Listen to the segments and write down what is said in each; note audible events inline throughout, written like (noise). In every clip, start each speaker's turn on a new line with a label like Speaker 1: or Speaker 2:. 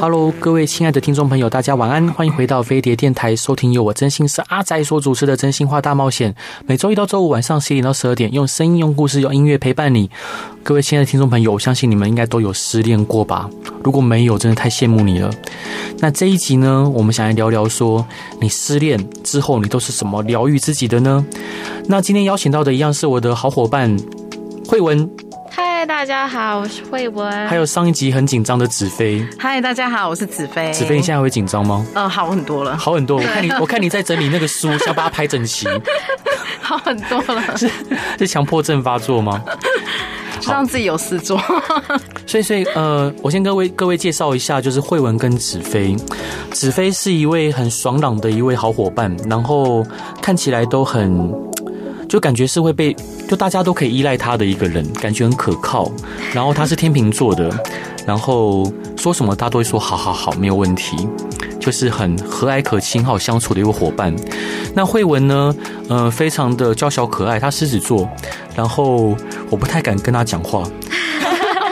Speaker 1: Hello，各位亲爱的听众朋友，大家晚安，欢迎回到飞碟电台，收听由我真心是阿宅所主持的《真心话大冒险》，每周一到周五晚上十点到十二点，用声音、用故事、用音乐陪伴你。各位亲爱的听众朋友，我相信你们应该都有失恋过吧？如果没有，真的太羡慕你了。那这一集呢，我们想来聊聊说，你失恋之后，你都是怎么疗愈自己的呢？那今天邀请到的一样是我的好伙伴慧文，
Speaker 2: 嗨，大家好，我是慧文。
Speaker 1: 还有上一集很紧张的子飞。
Speaker 3: 嗨，大家好，我是子飞。
Speaker 1: 子飞，你现在会紧张吗？
Speaker 3: 呃好很多了，
Speaker 1: 好很多。我看你，我看你在整理那个书，想把它排整齐，
Speaker 2: 好很多了，
Speaker 3: (laughs)
Speaker 1: 是强迫症发作吗？
Speaker 3: 就让自己有事做。
Speaker 1: 所以，所以，呃，我先各位各位介绍一下，就是慧文跟子飞。子飞是一位很爽朗的一位好伙伴，然后看起来都很，就感觉是会被，就大家都可以依赖他的一个人，感觉很可靠。然后他是天秤座的，然后说什么他都会说好好好，没有问题。就是很和蔼可亲、好相处的一位伙伴。那慧文呢，呃，非常的娇小可爱，她狮子座，然后我不太敢跟她讲话，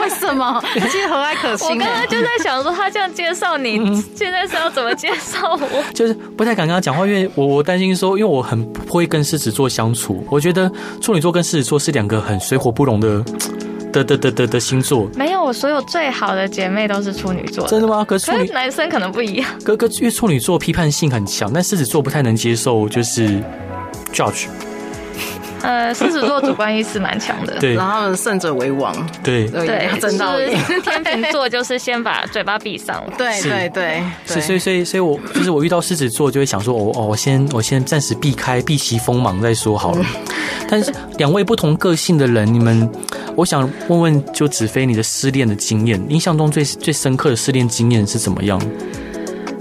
Speaker 3: 为什么？其实和蔼可
Speaker 2: 我
Speaker 3: 亲
Speaker 2: 刚
Speaker 3: 欸。
Speaker 2: 刚就在想说，他这样介绍你，现在是要怎么介绍我？
Speaker 1: 就是不太敢跟他讲话，因为我我担心说，因为我很不会跟狮子座相处。我觉得处女座跟狮子座是两个很水火不容的的的的的的星座。
Speaker 2: (laughs) 没有，我所有最好的姐妹都是处女座的，
Speaker 1: 真的吗？可是处
Speaker 2: 可
Speaker 1: 女
Speaker 2: 是男生可能不一样。
Speaker 1: 哥哥，因为处女座批判性很强，但狮子座不太能接受，就是 judge。
Speaker 2: 呃，狮子座主观意识蛮强的，
Speaker 1: 对
Speaker 3: (laughs) 然后他们胜者为王，
Speaker 1: (laughs) 对
Speaker 2: 对
Speaker 3: 对，要，争道理。
Speaker 2: 就是 (laughs) 天秤座就是先把嘴巴闭上，
Speaker 3: (laughs) 对
Speaker 1: 是
Speaker 3: 对对，
Speaker 1: 是，
Speaker 3: 对
Speaker 1: 所以所以所以我就是我遇到狮子座就会想说，哦哦，我先我先暂时避开，避其锋芒再说
Speaker 3: 嗯
Speaker 1: 好了。但是两位不同个性的人，你们，我想问问，就子飞你的失恋的经验，印象中最最深刻的失恋经验是怎么样？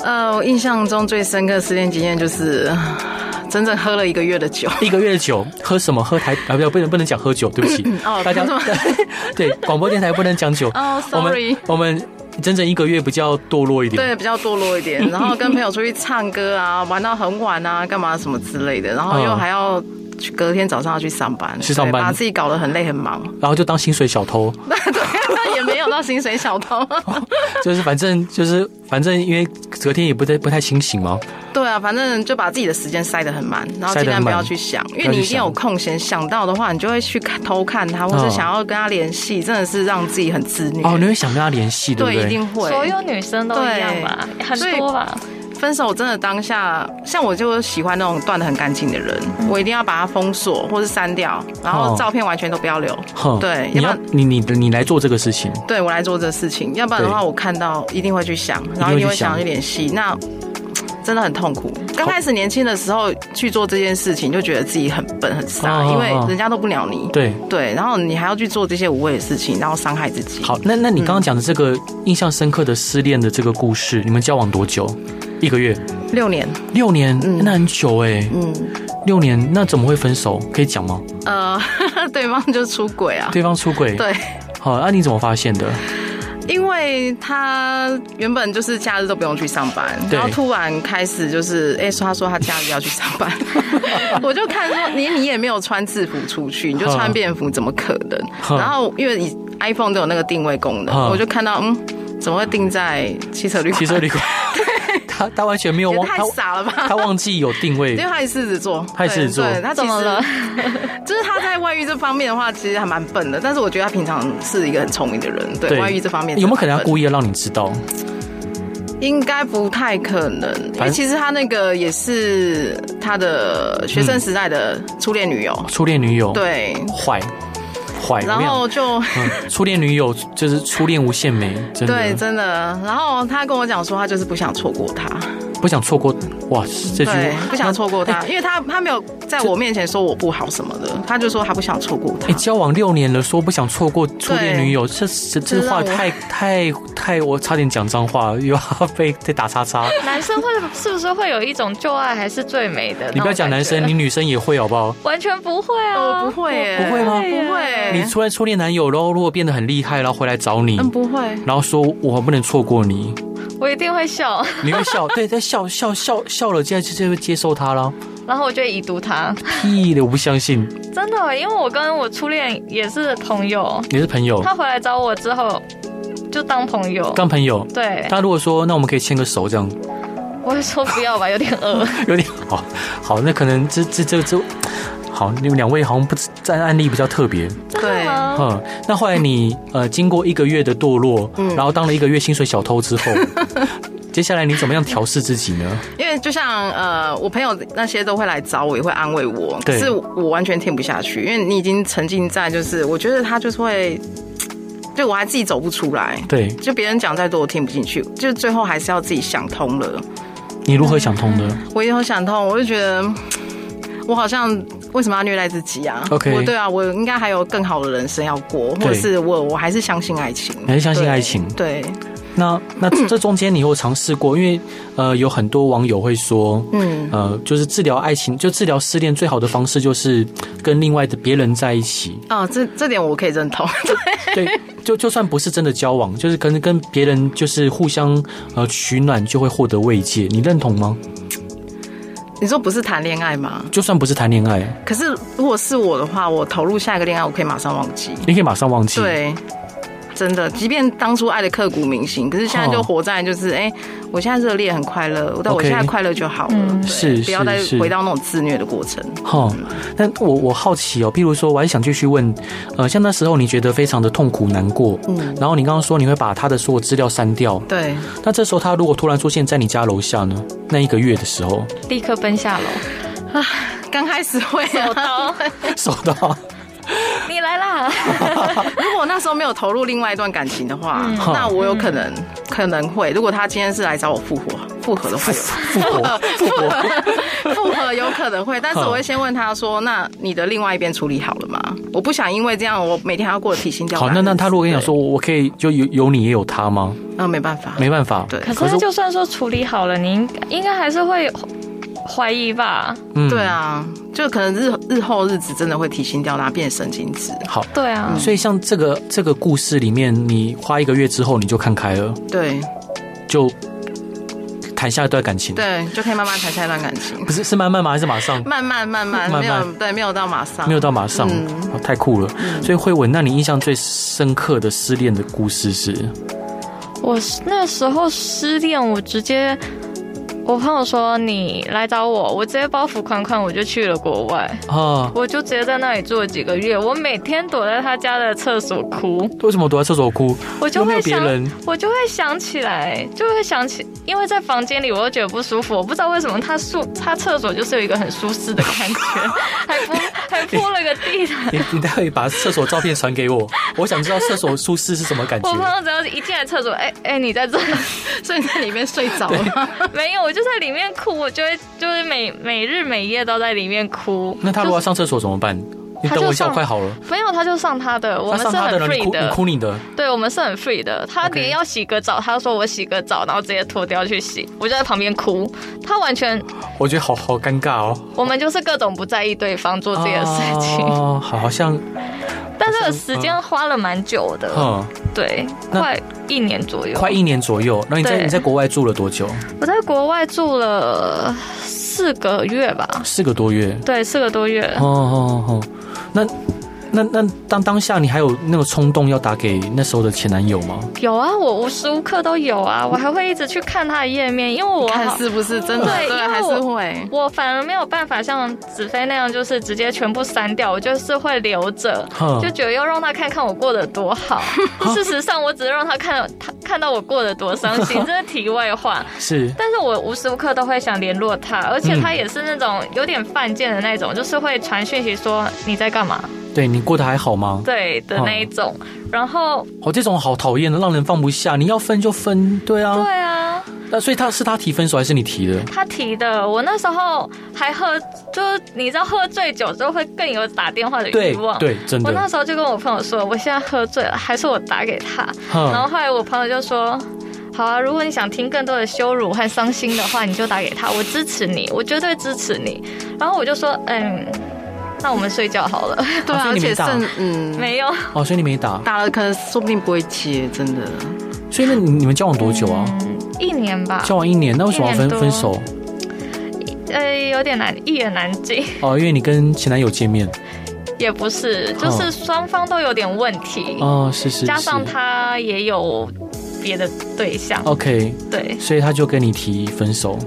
Speaker 3: 呃，我印象中最深刻的失恋经验就是，真正喝了一个月的酒。
Speaker 1: 一个月的酒，喝什么？喝台啊，不要不能不能讲喝酒，对不起，
Speaker 3: 哦
Speaker 1: 大家 (laughs) 对广播电台不能讲酒。
Speaker 3: 哦
Speaker 1: 我们
Speaker 3: ，sorry。
Speaker 1: 我们整整一个月比较堕落一点，
Speaker 3: 对，比较堕落
Speaker 1: (laughs)
Speaker 3: 一点，然后跟朋友出去唱歌啊，玩到很晚啊，干嘛什么之类的，然后又
Speaker 1: 嗯
Speaker 3: 还要去隔天早上要去上班，
Speaker 1: 去上
Speaker 3: 对
Speaker 1: 班
Speaker 3: 把自己搞得很累
Speaker 1: (laughs)
Speaker 3: 很忙。
Speaker 1: 然后就当薪水小
Speaker 3: (laughs)
Speaker 1: 偷，
Speaker 3: 对，也没有到薪水小偷。
Speaker 1: 哦就是反正就是反正因为隔天也不太不太清醒嘛，
Speaker 3: 对啊，反正就把自己的时间塞得很满，然后
Speaker 1: 塞得
Speaker 3: 尽量
Speaker 1: 很
Speaker 3: 不
Speaker 1: 满
Speaker 3: 要去想，因
Speaker 1: 不要
Speaker 3: 为
Speaker 1: 去
Speaker 3: 你一定
Speaker 1: 想
Speaker 3: 有空闲想到的话，你就会去看偷看他，或
Speaker 1: 嗯
Speaker 3: 是想要跟他联系，真的是让自己很自虐。
Speaker 1: 哦，你会想跟他联系，对不
Speaker 3: 对，
Speaker 1: 对？
Speaker 3: 一定会。
Speaker 2: 所有女生都一样吧，很多吧，
Speaker 3: 分手真的当下，像我就喜欢那种断得很干净的人，我一定要把他封锁或是删掉，然
Speaker 1: 嗯哦
Speaker 3: 后照片完全都不要留。
Speaker 1: 哼
Speaker 3: 对
Speaker 1: 你
Speaker 3: 要
Speaker 1: 要
Speaker 3: 不
Speaker 1: 你你你来做这个事情，
Speaker 3: 对我来做这事情，要不然的话，我看到一定会去想，然后
Speaker 1: 一定
Speaker 3: 一定
Speaker 1: 会
Speaker 3: 会
Speaker 1: 去想
Speaker 3: 想要去联系。那真的很痛苦。刚开始年轻的时候去做这件事情，就觉得自己很笨很傻，
Speaker 1: 哦
Speaker 3: 因为
Speaker 1: 哦哦
Speaker 3: 人家都不鸟你。
Speaker 1: 对，
Speaker 3: 对，然后你还要去做这些无谓的事情，然后伤害自己。
Speaker 1: 好，那那你刚刚讲的这个印象深刻的失恋的这个故事，你们交往多久？一个月、
Speaker 3: 六年，
Speaker 1: 六年，那很久哎、
Speaker 3: 嗯，
Speaker 1: 六年，那怎么会分手？可以讲吗？
Speaker 3: 呃， (laughs) 对方就出轨啊。
Speaker 1: 对方出轨，，
Speaker 3: 对，
Speaker 1: 好，那、啊你怎么发现的？
Speaker 3: 因为他原本就是假日都不用去上班，
Speaker 1: 对
Speaker 3: 然后突然开始就是，哎、说他说他假日要去上
Speaker 1: (laughs)
Speaker 3: 班，我就看说你你也没有穿制服出去，你就穿便服，怎么可
Speaker 1: 哼
Speaker 3: 能？然后因为你 iPhone 都有那个定位功能
Speaker 1: 哼，
Speaker 3: 我就看到嗯，怎么会定在汽车旅馆？
Speaker 1: 汽车旅馆，他 (laughs) 他完全没有
Speaker 3: 也
Speaker 1: 忘，
Speaker 3: 太
Speaker 1: 他
Speaker 3: 傻了吧！
Speaker 1: 他忘记有定
Speaker 3: (laughs) 因为
Speaker 1: 位，
Speaker 3: 他是狮子座，
Speaker 1: 他也狮子座
Speaker 3: 对对他其
Speaker 2: 怎
Speaker 3: 实
Speaker 2: 么了？
Speaker 3: (laughs)
Speaker 2: (laughs)
Speaker 3: 就是他在外遇这方面的话，其实还蛮笨的。但是我觉得他平常是一个很聪明的人，对
Speaker 1: 对
Speaker 3: 外遇这方面
Speaker 1: 有没有可能
Speaker 3: 真的很
Speaker 1: 他
Speaker 3: 笨
Speaker 1: 故意要让你知道？
Speaker 3: 应该不太可能，因为其实他那个也是他的学生时代的初恋女友，
Speaker 1: 初恋女友，，
Speaker 3: 对，
Speaker 1: 坏坏，
Speaker 3: 然后就。
Speaker 1: 我跟你讲 (laughs) 嗯初恋女友就是初恋无限美，真的，
Speaker 3: 对，真的。然后他跟我讲说，他就是不想错过他，
Speaker 1: 不想错过。哇，这句
Speaker 3: 对，不想错过
Speaker 1: 那
Speaker 3: 他，因为他他没有在我面前说我不好什么的，他就说他不想错过他
Speaker 1: 哎、。交往六年了，说不想错过初恋女友，这这这
Speaker 3: 这
Speaker 1: 话
Speaker 3: 让我
Speaker 1: 太太太，我差点讲脏话，又要 (laughs) 被被打叉叉。
Speaker 2: (laughs) 男生会是不是会有一种旧爱还是最美的？
Speaker 1: 你不要讲男生，你，女生也会好不好？
Speaker 2: 完全不会啊，
Speaker 3: 我不会耶，
Speaker 1: 不会吗
Speaker 3: 不
Speaker 1: 你
Speaker 3: 会，
Speaker 1: 出来初恋男友，然后如果变得很厉害，然后回来找你，
Speaker 3: 嗯，不会。
Speaker 1: 然后说我不能错过你，
Speaker 2: 我一定会笑，
Speaker 1: 你会笑， (laughs) 对，在笑笑笑笑了，现在就就会接受他了。
Speaker 2: (laughs) 然后我就已读他。
Speaker 1: 屁的，我不相信
Speaker 2: 真的，因为我跟我初恋也是朋友，
Speaker 1: 你是朋友，
Speaker 2: 他回来找我之后就当朋友。
Speaker 1: 当朋友。
Speaker 2: 对，
Speaker 1: 他如果说那我们可以牵个手，这样
Speaker 2: 我会说不要吧，有点饿。
Speaker 1: (laughs) 有点好，好，那可能这这这这，好，你们两位好像不知在案例比较特别。
Speaker 2: (laughs) 真的吗
Speaker 1: 嗯，那后来你呃，经过一个月的堕落，
Speaker 3: 嗯
Speaker 1: 然后当了一个月薪水小偷之
Speaker 3: (laughs)
Speaker 1: 后，接下来你怎么样调试自己呢？
Speaker 3: 因为就像呃，我朋友那些都会来找我，也会安慰我，可
Speaker 1: 对
Speaker 3: 是我完全听不下去，因为你已经沉浸在就是，我觉得他就是会，就我还自己走不出来，
Speaker 1: 对
Speaker 3: 就别人讲再多我听不进去，就最后还是要自己想通了。
Speaker 1: 你如何想通的？
Speaker 3: 我也有想通，我就觉得。嗯我好像为什么要虐待自己啊
Speaker 1: OK
Speaker 3: 我对啊，我应该还有更好的人生要过，或者是我我还是相信爱情，
Speaker 1: 还是相信爱情
Speaker 3: 对，对
Speaker 1: 那那这中间你有尝试过？因为呃，有很多网友会说，
Speaker 3: 嗯，
Speaker 1: 呃，就是治疗爱情，就治疗失恋最好的方式就是跟另外的别人在一起。
Speaker 3: 哦，这这点我可以认同， (laughs)
Speaker 1: 对，就就算不是真的交往，就是可能跟别人就是互相呃取暖，就会获得慰藉。你认同吗？
Speaker 3: 你说不是谈恋爱吗？
Speaker 1: 就算不是谈恋爱，
Speaker 3: 可是如果是我的话，我投入下一个恋爱，我可以马上忘记。
Speaker 1: 你可以马上忘记。
Speaker 3: 对，真的，即便当初爱的刻骨铭心，可是现在就
Speaker 1: 哦
Speaker 3: 活在就是，哎、我现在热烈很快乐，但我
Speaker 1: OK
Speaker 3: 现在快乐就好了，
Speaker 2: 嗯
Speaker 3: 对
Speaker 1: 是
Speaker 3: 不要再
Speaker 1: 是是
Speaker 3: 回到那种自虐的过程。
Speaker 1: 哈、但我我好奇哦，譬如说，我还想继续问，呃，像那时候你觉得非常的痛苦难过，
Speaker 3: 嗯
Speaker 1: 然后你刚刚说你会把他的所有资料删掉，
Speaker 3: 对，
Speaker 1: 那这时候他如果突然出现在你家楼下呢？那一个月的时候， (laughs)
Speaker 2: 立刻奔下楼，
Speaker 3: 刚开始会、
Speaker 2: 手
Speaker 3: 啊，
Speaker 2: 刀，
Speaker 1: 收到，
Speaker 2: (laughs) 你来啦！
Speaker 3: (laughs) 如果我那时候没有投入另外一段感情的话，
Speaker 2: 嗯
Speaker 1: 好
Speaker 3: 那我有可能可能会。如果他今天是来找我复活复合的话，有
Speaker 1: 复活，复
Speaker 3: (laughs)
Speaker 1: 活，
Speaker 3: 复合有可能会，但是
Speaker 1: 好
Speaker 3: 我会先问他说：“那你的另外一边处理好了吗？”我不想因为这样，我每天还要过得提心吊胆。
Speaker 1: 好，那那他如果跟你讲
Speaker 3: 对
Speaker 1: 说，，我我可以就有有你也有他吗？
Speaker 3: 那呃没办法，
Speaker 1: 没办法，
Speaker 3: 对
Speaker 2: 可是他就算说处理好了，你应应该还是会怀疑吧？
Speaker 1: 嗯
Speaker 3: 对。啊，就可能日日后日子真的会提心吊胆，变神经质。
Speaker 1: 好，
Speaker 2: 对啊，
Speaker 1: 所以像这个这个故事里面，你花一个月之后你就看开了，
Speaker 3: 对
Speaker 1: 就谈下一段感情。，
Speaker 3: 对，就可以慢慢谈下一段感情，
Speaker 1: 不是是慢慢吗？还是马上？
Speaker 3: 慢慢慢
Speaker 1: 慢
Speaker 3: 慢，
Speaker 1: 慢
Speaker 3: 没有对，没有到马上
Speaker 1: 没。有到马上，
Speaker 3: 嗯
Speaker 1: 哦太酷了。
Speaker 2: 嗯
Speaker 1: 所以慧文，那你印象最深刻的失恋的故事是？
Speaker 2: 我那时候失恋，我直接。我朋友说你来找我，我直接包袱款款，我就去了国外，
Speaker 1: 啊，
Speaker 2: 我就直接在那里住了几个月。我每天躲在他家的厕所哭，
Speaker 1: 为什么躲在厕所哭？
Speaker 2: 我就
Speaker 1: 有没有
Speaker 2: 会
Speaker 1: 别
Speaker 2: 想，
Speaker 1: 人？
Speaker 2: 我就会想起来，就会想起，因为在房间里我又觉得不舒服，我不知道为什么他宿他厕所就是有一个很舒适的感觉， (laughs) 还铺还铺了个地毯。
Speaker 1: 你你待会把厕所照片传给我，我想知道厕所舒适是什么感觉
Speaker 2: 我。朋友只要一进来厕所，哎、哎、你在这？
Speaker 3: 所以你在里面睡着啊 (laughs) 了，
Speaker 2: (laughs) 没有，我就在里面哭，我就会就是每每日每夜都在里面哭。
Speaker 1: 那他如果要上厕所怎么办？你等我一下，
Speaker 2: 他就上
Speaker 1: 我快好了。
Speaker 2: 没有，他就上他的，我
Speaker 1: 他上
Speaker 2: 们是
Speaker 1: 他
Speaker 2: 很
Speaker 1: 的了，你
Speaker 2: free
Speaker 1: 哭你
Speaker 2: 的，
Speaker 1: 哭你的，
Speaker 2: 对我们是很 free 的。他
Speaker 1: OK
Speaker 2: 连要洗个澡，他说我洗个澡，然后直接脱掉去洗，我就在旁边哭。他完全，
Speaker 1: 我觉得好好尴尬哦。
Speaker 2: 我们就是各种不在意对方做这些事情，
Speaker 1: 哦，好像
Speaker 2: (laughs) 但这个时间花了蛮久的，
Speaker 1: 嗯，
Speaker 2: 对，
Speaker 1: 那
Speaker 2: 快一年左右。
Speaker 1: 快一年左右。那你在
Speaker 2: 对
Speaker 1: 你在国外住了多久？
Speaker 2: 我在国外住了四个月吧，
Speaker 1: 四个多月。
Speaker 2: 对，四个多月。
Speaker 1: 哦哦哦，那那那当当下你还有那个冲动要打给那时候的前男友吗？
Speaker 2: 有啊，我无时无刻都有啊，我还会一直去看他的页面，因为我
Speaker 3: 看
Speaker 2: 好
Speaker 3: 是不是真的？
Speaker 2: 对因
Speaker 3: 对，
Speaker 2: 为
Speaker 3: 还是
Speaker 2: 我
Speaker 3: 会。
Speaker 2: 我反而没有办法像子飞那样，就是直接全部删掉，我就是会留着
Speaker 1: 哼，
Speaker 2: 就觉得要让他看看我过得
Speaker 1: (laughs)
Speaker 2: 多好。事实上，我只是让他看他看到我过得多伤
Speaker 1: (laughs)
Speaker 2: 心，这是题外话。
Speaker 1: 是
Speaker 2: 但是我无时无刻都会想联络他，而且
Speaker 1: 嗯
Speaker 2: 他也是那种有点犯贱的那种，就是会传讯息说你在干嘛，
Speaker 1: 对你过得还好吗？
Speaker 2: 对的那一种。然后，
Speaker 1: 哦，这种好讨厌的，让人放不下。你要分就分，对啊。
Speaker 2: 对啊，
Speaker 1: 那所以他是他提分手还是你提的？
Speaker 2: 他提的，我那时候还喝，就是你知道喝醉酒之后会更有打电话的
Speaker 1: 对
Speaker 2: 欲望。
Speaker 1: 对，真
Speaker 2: 我那
Speaker 1: 的。
Speaker 2: 时候就跟我朋友说，我现在喝醉了，还是我打给他。然后
Speaker 1: 哈，
Speaker 2: 后来我朋友就说。好啊，如果你想听更多的羞辱和伤心的话，你就打给他，我支持你，我绝对支持你。然后我就说，嗯，那我们睡觉好了。
Speaker 3: 对啊，
Speaker 1: 所以
Speaker 3: 而
Speaker 1: 你没
Speaker 3: 且
Speaker 1: 打
Speaker 3: 剩嗯
Speaker 2: (laughs) 没有，
Speaker 1: 哦，所以你没打，
Speaker 3: 打了，可能说不定不会接，真的。
Speaker 1: 所以那你你们交往多久啊？
Speaker 2: 嗯，一年吧，
Speaker 1: 交往一年，那为什么要
Speaker 2: 一
Speaker 1: 分
Speaker 2: 年多
Speaker 1: 分手？
Speaker 2: 呃，有点难，一言难尽。
Speaker 1: 哦，因为你跟前男友见面。
Speaker 2: 也不是，就是双方都有点问题，
Speaker 1: 嗯哦，是是是。
Speaker 2: 加上他也有别的对象，
Speaker 1: OK，
Speaker 2: 对
Speaker 1: 所以他就跟你提分手。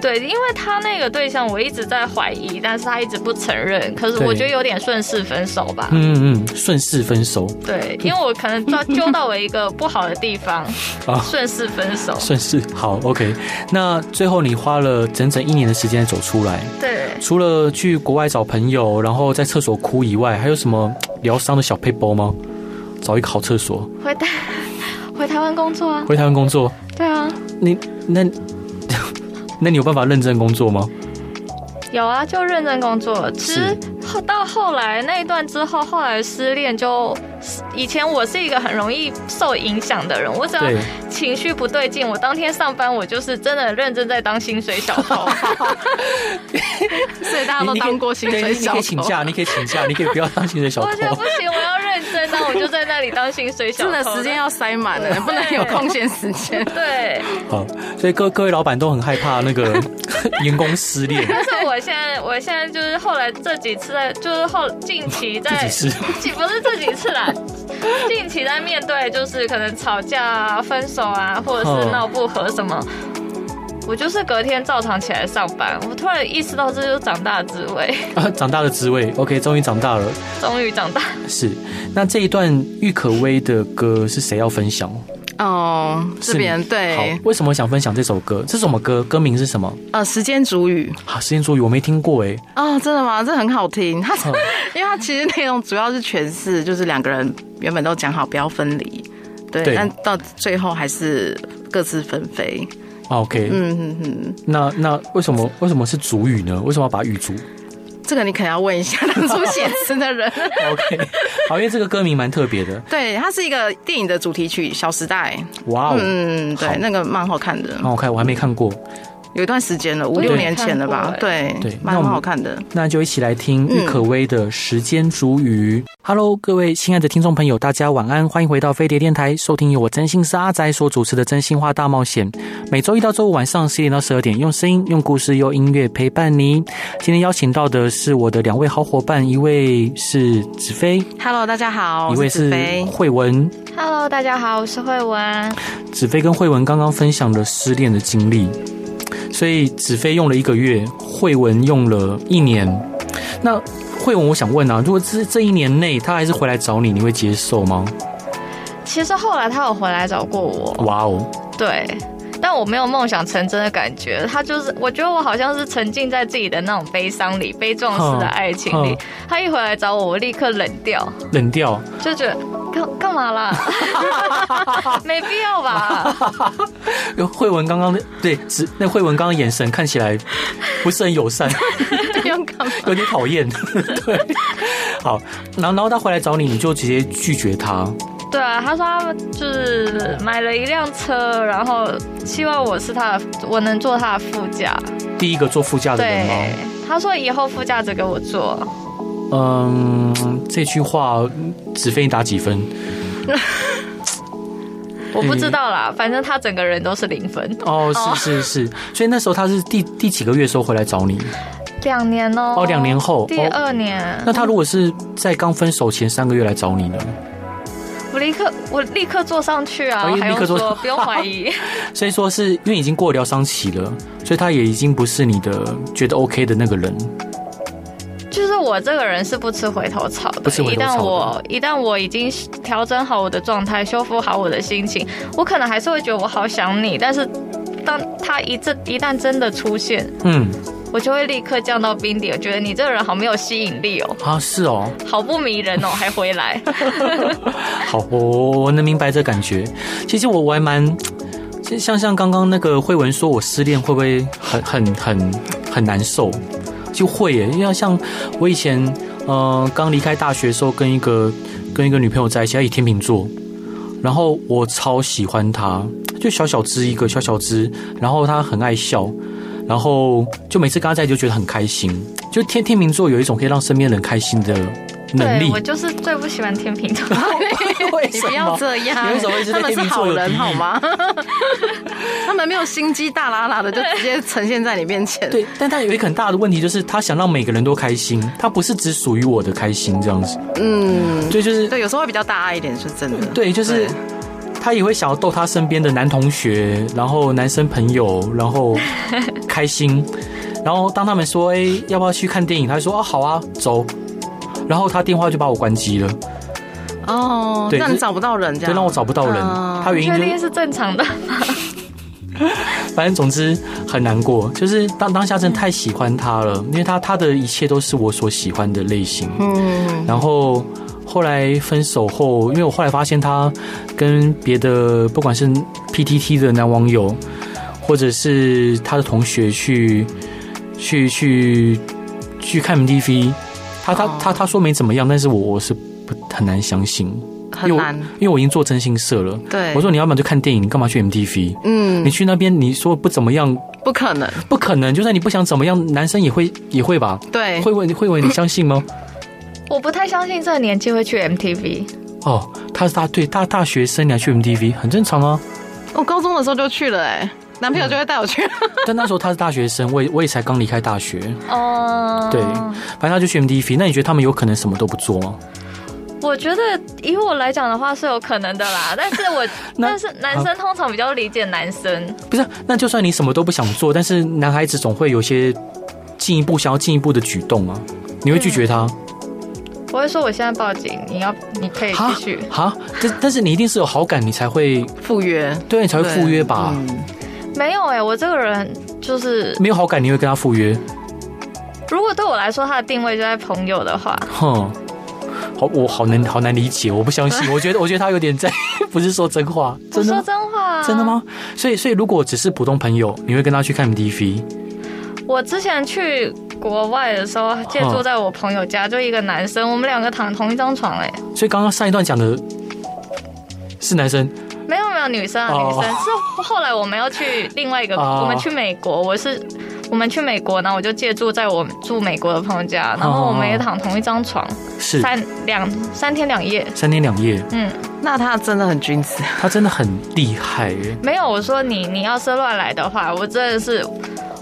Speaker 2: 对，因为他那个对象我一直在怀疑，但是他一直不承认，可是
Speaker 1: 对
Speaker 2: 我觉得有点顺势分手吧，
Speaker 1: 嗯嗯，嗯，顺势分手
Speaker 2: 对，因为我可能抓揪到我一个不好的地方，
Speaker 1: (laughs) 啊，
Speaker 2: 顺势分手，
Speaker 1: 顺势好 OK。那最后你花了整整一年的时间走出来，
Speaker 2: 对。
Speaker 1: 除了去国外找朋友，然后在厕所哭以外，还有什么嘖疗伤的小 paper 吗？找一个好厕所，
Speaker 2: 回台回台湾工作啊，
Speaker 1: 回台湾工作。
Speaker 2: 对啊，
Speaker 1: 你那 (laughs) 那你有办法认真工作吗？
Speaker 2: 有啊，就认真工作。其实后到后来那一段之后，后来失恋就，以前我是一个很容易受影响的人，我只要
Speaker 1: 对，
Speaker 2: 情绪不对劲，我当天上班我就是真的认真在当薪水小
Speaker 1: (laughs)
Speaker 2: 偷。
Speaker 3: 所以大家
Speaker 1: 你
Speaker 3: 都
Speaker 1: 你可以
Speaker 3: 当过薪水
Speaker 1: 对你
Speaker 3: 小
Speaker 1: 可
Speaker 3: 偷
Speaker 1: 以。请假，你可以请假，你可以不要当薪水小
Speaker 2: 我觉得
Speaker 1: 偷
Speaker 2: 不。行，我要认真，那我就在那里当薪水小
Speaker 3: 真
Speaker 2: 偷。
Speaker 3: 的时间要塞满了，不能有空闲时间。
Speaker 1: (laughs)
Speaker 2: 对，
Speaker 1: 好，所以各各位老板都很害怕那个 (laughs) 员工失恋，
Speaker 2: 但是我现在我现在就是后来这几次在，就是后近
Speaker 1: 自己
Speaker 2: 期在
Speaker 1: 是。
Speaker 2: 近不是这几次啦，近期在面对就是可能吵架啊、分手啊，或者是闹不和什么。我就是隔天照常起来上班，我突然意识到这就是长大的滋味， (laughs)
Speaker 1: 啊， (laughs) 长大的滋味。OK，终于长大了。
Speaker 2: 终于长大。
Speaker 1: 是，那这一段郁可唯的歌是谁要分享？
Speaker 3: 哦，这
Speaker 1: 是
Speaker 3: 边
Speaker 1: 你好
Speaker 3: 对，，
Speaker 1: 为什么想分享这首歌？这是什么歌？歌名是什么？
Speaker 3: 呃，时间煮雨
Speaker 1: 啊，时间煮雨我没听过哎。
Speaker 3: 哦，真的吗？这很好听，它
Speaker 1: 嗯
Speaker 3: (laughs) 因为它其实内容主要是诠释，就是两个人原本都讲好不要分离，对，
Speaker 1: 对
Speaker 3: 但到最后还是各自纷飞。
Speaker 1: 啊 OK，、
Speaker 3: 嗯嗯嗯，
Speaker 1: 那那为什么为什么是煮雨呢？为什么要把雨煮
Speaker 3: 这个你可能要问一下当初写词
Speaker 1: (laughs)
Speaker 3: 的人。 (laughs)
Speaker 1: ？OK，好，因为这个歌名蛮特别的。
Speaker 3: 对，它是一个电影的主题曲《小时代》。
Speaker 1: 哇哦，
Speaker 3: 嗯，
Speaker 1: 好
Speaker 3: 对，那个蛮好看的
Speaker 1: 蛮，好看，我还没看过。
Speaker 3: 有一段时间了，五
Speaker 2: 我也
Speaker 3: 六年前了
Speaker 2: 看
Speaker 3: 吧
Speaker 2: 过？
Speaker 3: 对
Speaker 1: 对，那
Speaker 3: 蛮
Speaker 1: 我们
Speaker 3: 好看的。
Speaker 1: 那就一起来听郁可唯的《时间煮雨》。Hello，各位亲爱的听众朋友，大家晚安，欢迎回到飞碟电台，收听由我真心是阿仔所主持的《真心话大冒险》。每周一到周五晚上十点到十二点，用声音、用故事、用音乐陪伴你。今天邀请到的是我的两位好伙伴，一位是子飞，
Speaker 3: Hello，大家好，
Speaker 1: 一
Speaker 3: 我
Speaker 1: 位
Speaker 3: 哦是子
Speaker 1: 是
Speaker 3: 飞。
Speaker 1: (laughs) 慧文。
Speaker 2: Hello，大家好，我是慧文。
Speaker 1: 子飞跟慧文刚刚分享了失恋的经历，所以子飞用了一个月，慧文用了一年。那慧文，我想问啊，如果这这一年内他还是回来找你，你会接受吗？
Speaker 2: 其实后来他有回来找过我，
Speaker 1: 哇哦，
Speaker 2: 对，但我没有梦想成真的感觉。他就是，我觉得我好像是沉浸在自己的那种悲伤里、悲壮式的爱情里
Speaker 1: 哼。
Speaker 2: 他一回来找我，我立刻冷掉，
Speaker 1: 冷掉，
Speaker 2: 就觉得干干
Speaker 1: (laughs)
Speaker 2: 嘛啦？没必要吧？
Speaker 1: 呃慧文刚刚的对子那慧文刚刚眼神看起来不是很友善， (laughs)
Speaker 3: 用干嘛？
Speaker 1: 有点讨厌。 (laughs) 对，好，然后然后他回来找你，你就直接拒绝他。
Speaker 2: 对啊，他说他就是买了一辆车，然后希望我是他的，我能坐他的副驾。
Speaker 1: 第一个坐副驾的人
Speaker 2: 对
Speaker 1: 吗？，
Speaker 2: 他说以后副驾只给我坐。
Speaker 1: 嗯，这句话子飞你打几分？
Speaker 2: 我不知道
Speaker 1: 嗯
Speaker 2: 啦，反正他整个人都是零分，
Speaker 1: 哦，是是是，所以那时候他是第第几个月的时候回来找你？
Speaker 2: 两年哦、
Speaker 1: 哦，两年后。
Speaker 2: 第
Speaker 1: 哦，
Speaker 2: 二年，
Speaker 1: 那他如果是在刚分手前三个月来找你呢？
Speaker 2: 我立刻我立刻坐上去啊，
Speaker 1: 哎
Speaker 2: 还
Speaker 1: 立刻
Speaker 2: 用
Speaker 1: 坐
Speaker 2: 说，不用
Speaker 1: (laughs)
Speaker 2: 怀疑，
Speaker 1: 所以说是因为已经过了疗伤期了，所以他也已经不是你的觉得 OK 的那个人。
Speaker 2: 就是我这个人是不吃回头草的，
Speaker 1: 不吃回头草的
Speaker 2: 一旦我一旦我已经调整好我的状态，修复好我的心情，我可能还是会觉得我好想你，但是。当他一阵一旦真的出现，
Speaker 1: 嗯，
Speaker 2: 我就会立刻降到冰点。我觉得你这个人好没有吸引力哦，
Speaker 1: 啊，是哦，
Speaker 2: 好不迷人哦，还回来。
Speaker 1: 好，我我我能明白这感觉。其实我我还蛮。像像刚刚那个慧文说我失恋会不会很很很很难受？就会耶，因为像我以前呃刚离开大学的时候，跟一个跟一个女朋友在一起，她也天秤座，然后我超喜欢她，就小小只一个小小只，然后她很爱笑，然后就每次跟她在一起就觉得很开心，就天天秤座有一种可以让身边人开心的 (laughs) 能
Speaker 2: 对
Speaker 1: 力
Speaker 2: 我。就是最不喜欢天秤座，
Speaker 1: 为
Speaker 3: 你
Speaker 1: 什
Speaker 3: 不要
Speaker 1: 么？
Speaker 3: 这样，
Speaker 1: 你为什么会觉得
Speaker 3: 他们是
Speaker 1: 天秤座
Speaker 3: 好
Speaker 1: 有
Speaker 3: 人
Speaker 1: 敌意
Speaker 3: 好吗？ (laughs) 他们没有心机大拉拉的，就直接呈现在你面前。
Speaker 1: 对，但他有一个很大的问题，就是他想让每个人都开心，他不是只属于我的开心这样子。
Speaker 3: 嗯，
Speaker 1: 对，就是
Speaker 3: 对，有时候会比较大爱一点，是真的。
Speaker 1: 对，就是
Speaker 3: 对
Speaker 1: 他也会想要逗他身边的男同学，然后男生朋友，然 (laughs) 后开心。然后当他们说：“哎、要不要去看电影？”他就说：“啊，好啊，走。”然后他电话就把我关机了，
Speaker 3: 哦，
Speaker 1: 对
Speaker 3: 让
Speaker 1: 就
Speaker 3: 你
Speaker 1: 是
Speaker 3: 找不到人，这
Speaker 1: 就
Speaker 3: 样
Speaker 1: 让我找不到人。
Speaker 3: 嗯
Speaker 1: 他原 (laughs) 因
Speaker 2: 确定
Speaker 1: 就是
Speaker 2: 正常的。
Speaker 1: 反正总之很难过，就是当当下真的太喜欢他了，因为他他的一切都是我所喜欢的类型。
Speaker 3: 嗯，
Speaker 1: 然后后来分手后，因为我后来发现他跟别的不管是 PTT 的男网友，或者是他的同学去去去去看 MTV，他他
Speaker 3: 哦
Speaker 1: 他他说没怎么样，但是我我是不很难相信，因为
Speaker 3: 很
Speaker 1: 我
Speaker 3: 难。
Speaker 1: 因为我已经做真心社了。
Speaker 3: 对，
Speaker 1: 我说你要不然就看电影，你干嘛去 MTV？
Speaker 3: 嗯
Speaker 1: 你，去那边你说不怎么样，
Speaker 3: 不可能，
Speaker 1: 不可能。就算你不想怎么样，男生也会也会吧？
Speaker 3: 对，
Speaker 1: 会问会问你相信吗？
Speaker 2: 我不太相信这个年纪会去 MTV，
Speaker 1: 哦，他是大对大大学生你还去 MTV 很正常
Speaker 2: (laughs)
Speaker 1: 啊，
Speaker 3: 我高中的时候就去了，哎，男朋友就会带我去。
Speaker 1: 但那时候他是大学生，我也我也才刚离开大学，
Speaker 2: 哦、
Speaker 1: 对反正他就去 MTV。那你觉得他们有可能什么都不做吗？
Speaker 2: 我觉得以我来讲的话是有可能的
Speaker 1: (laughs)
Speaker 2: 啦，但是我
Speaker 1: 那
Speaker 2: 但是男生通常比较理解男生，
Speaker 1: 不是，那就算你什么都不想做，但是男孩子总会有些进一步想要进一步的举动啊，你会拒绝他？
Speaker 2: 我会说我现在报警，你要你嗯可以继续。
Speaker 1: 哈，但但是你一定是有好感，你才会
Speaker 3: 赴约，
Speaker 1: 对，你才会
Speaker 3: 对
Speaker 1: 赴约吧？
Speaker 3: 嗯
Speaker 2: 没有哎、我这个人就是，
Speaker 1: 没有好感，你会跟他赴约？
Speaker 2: 如果对我来说他的定位就在朋友的话，
Speaker 1: 哼，好，我好难好难理解，我不相
Speaker 2: (laughs)
Speaker 1: 信，我觉得我觉得他有点在 (laughs) 不是说真话，
Speaker 2: 我
Speaker 1: 真的
Speaker 2: 说
Speaker 1: 吗
Speaker 2: 真话、啊，
Speaker 1: 真的？吗？所以，所以如果只是普通朋友，你会跟他去看 MTV？
Speaker 2: 我之前去国外的时候借住在我朋友家，就一个男生，我们两个躺同一张床哎、
Speaker 1: 所以刚刚上一段讲的是男生
Speaker 2: 没有没有女生啊，
Speaker 1: 哦
Speaker 2: 女生是后来我们要去另外一个，
Speaker 1: 哦
Speaker 2: 我们去美国，我是我们去美国，然后我就借住在我住美国的朋友家，然后我们也躺同一张床，
Speaker 1: 哦是
Speaker 2: 三两三天两夜。
Speaker 1: 三天两夜，
Speaker 2: 嗯，
Speaker 3: 那他真的很君子，
Speaker 1: 他真的很厉害耶！
Speaker 2: 没有，我说你你要是乱来的话，我真的是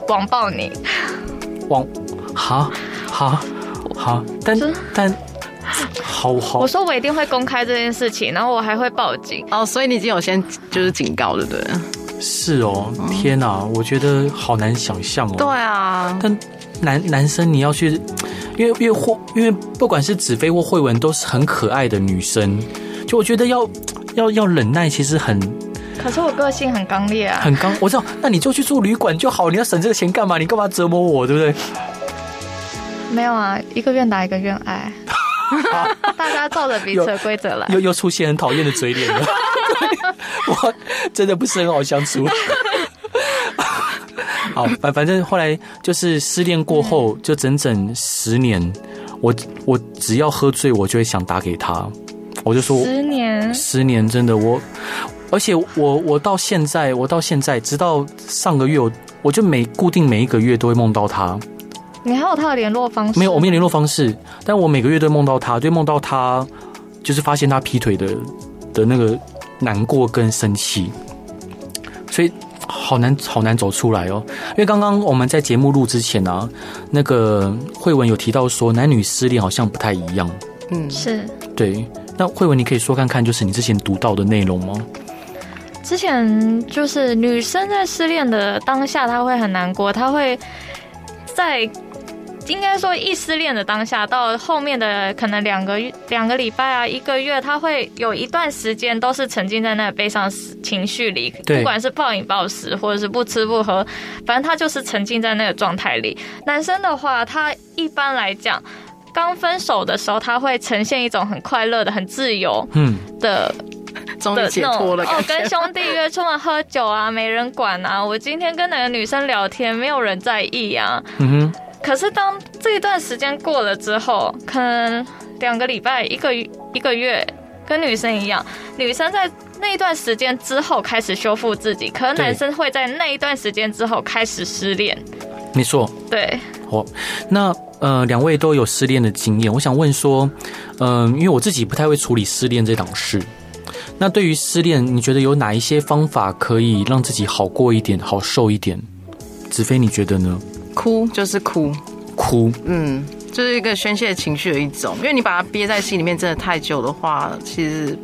Speaker 2: 网暴你。
Speaker 1: 网哈哈哈，但
Speaker 2: 真
Speaker 1: 但好好
Speaker 2: 我，说我一定会公开这件事情，然后我还会报警。
Speaker 3: 哦，所以你已经有先就是警告，对不对？
Speaker 1: 是哦，天哪、我觉得好难想象哦。
Speaker 3: 对啊，
Speaker 1: 但男男生你要去，因为因为或因为不管是子飞或慧文都是很可爱的女生，就我觉得要要要忍耐，其实很
Speaker 2: 可是我个性很刚烈啊，
Speaker 1: 很刚，我知道，那你就去住旅馆就好，你要省这个钱干嘛？你干嘛折磨我，对不对？
Speaker 2: 没有啊，一个愿打一个愿
Speaker 1: (laughs)
Speaker 2: 挨，大家照着彼此的规则来。
Speaker 1: 又又出现很讨厌的嘴脸了，我真的不是很好相处。好，反反正后来就是失恋过后，就整整十年，我我只要喝醉，我就会想打给他，我就说
Speaker 2: 十年，
Speaker 1: 十年真的我，而且我我到现在，我到现在，直到上个月，我我就每固定每一个月都会梦到他，
Speaker 2: 你还有他的联络方式？
Speaker 1: 没有，我没有联络方式，但我每个月都会梦到他，就会梦到他，就是发现他劈腿的的那个难过跟生气，所以好难好难走出来哦。因为刚刚我们在节目录之前啊，那个慧文有提到说男女失恋好像不太一样，
Speaker 3: 嗯，
Speaker 2: 是
Speaker 1: 对。那慧文，你可以说看看，就是你之前读到的内容吗？
Speaker 2: 之前就是女生在失恋的当下，她会很难过，她会在应该说一失恋的当下，到后面的可能两个月、两个礼拜啊、一个月，她会有一段时间都是沉浸在那个悲伤情绪里，
Speaker 1: 对
Speaker 2: 不管是暴饮暴食或者是不吃不喝，反正她就是沉浸在那个状态里。男生的话，他一般来讲。刚分手的时候，他会呈现一种很快乐的、很自由
Speaker 1: 嗯，
Speaker 2: 的
Speaker 3: 终于
Speaker 2: 的
Speaker 3: 解
Speaker 2: 那
Speaker 3: 脱
Speaker 2: 种
Speaker 3: 了
Speaker 2: 哦
Speaker 3: 感，觉
Speaker 2: 跟兄弟约出门喝酒啊，没人管啊。我今天跟哪个女生聊天，没有人在意啊。
Speaker 1: 嗯哼，
Speaker 2: 可是当这一段时间过了之后，可能两个礼拜、一个月一个月，跟女生一样，女生在那一段时间之后开始修复自己，可是
Speaker 1: 对
Speaker 2: 男生会在那一段时间之后开始失恋。
Speaker 1: 没错。
Speaker 2: 对，
Speaker 1: 哦，那呃，两位都有失恋的经验，我想问说，嗯、因为我自己不太会处理失恋这档事。那对于失恋，你觉得有哪一些方法可以让自己好过一点、好受一点？子飞，你觉得呢？
Speaker 3: 哭就是哭，
Speaker 1: 哭，
Speaker 3: 嗯，就是一个宣泄情绪的一种，因为你把它憋在心里面真的太久的话，其实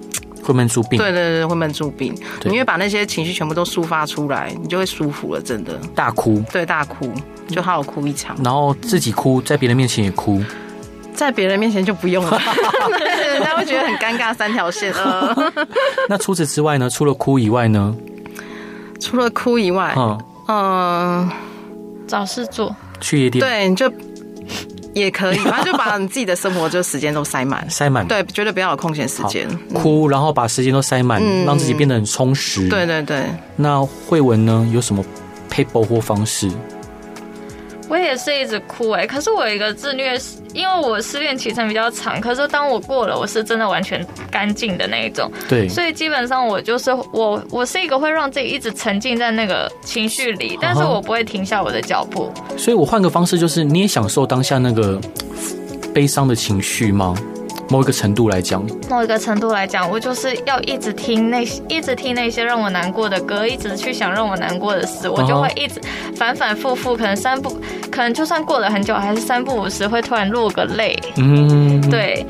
Speaker 1: 会闷出病。
Speaker 3: 对对对会闷住病。
Speaker 1: 对
Speaker 3: 你越把那些情绪全部都抒发出来，你就会舒服了，真的。
Speaker 1: 大哭，
Speaker 3: 对，大哭就好好哭一
Speaker 1: (laughs)
Speaker 3: 场，
Speaker 1: 然后自己哭，在别人面前也哭。
Speaker 3: 在别人面前就不用了，对人家会觉得很尴尬，三条
Speaker 1: (laughs)
Speaker 3: 线。呃，
Speaker 1: 那除此之外呢？除了哭以外呢？
Speaker 3: 除了哭以外，
Speaker 1: 嗯，
Speaker 3: 嗯，
Speaker 2: 找事做。
Speaker 1: 去夜店
Speaker 3: 对，你就也可以，反正就把你自己的生活就时间都塞满。
Speaker 1: 塞满，
Speaker 3: 对，绝对不要有空闲时间。
Speaker 1: 哭，然后把时间都塞满，让自己变得很充实。
Speaker 3: 嗯对，对对，
Speaker 1: 那慧文呢？有什么 paper 或方式？
Speaker 2: 我也是一直哭哎、可是我有一个自虐，因为我失恋期程比较长，可是当我过了，我是真的完全干净的那一种，
Speaker 1: 对，
Speaker 2: 所以基本上我就是我，我是一个会让自己一直沉浸在那个情绪里，但是我不会停下我的脚步。
Speaker 1: 所以我换个方式，就是你也享受当下那个嘖悲伤的情绪吗？某一个程度来讲，
Speaker 2: 某一个程度来讲，我就是要一直听那些，一直听那些让我难过的歌，一直去想让我难过的事，我就会一直反反复复，可能三不，可能就算过了很久，还是三不五时会突然落个泪。
Speaker 1: 嗯，，
Speaker 2: 对，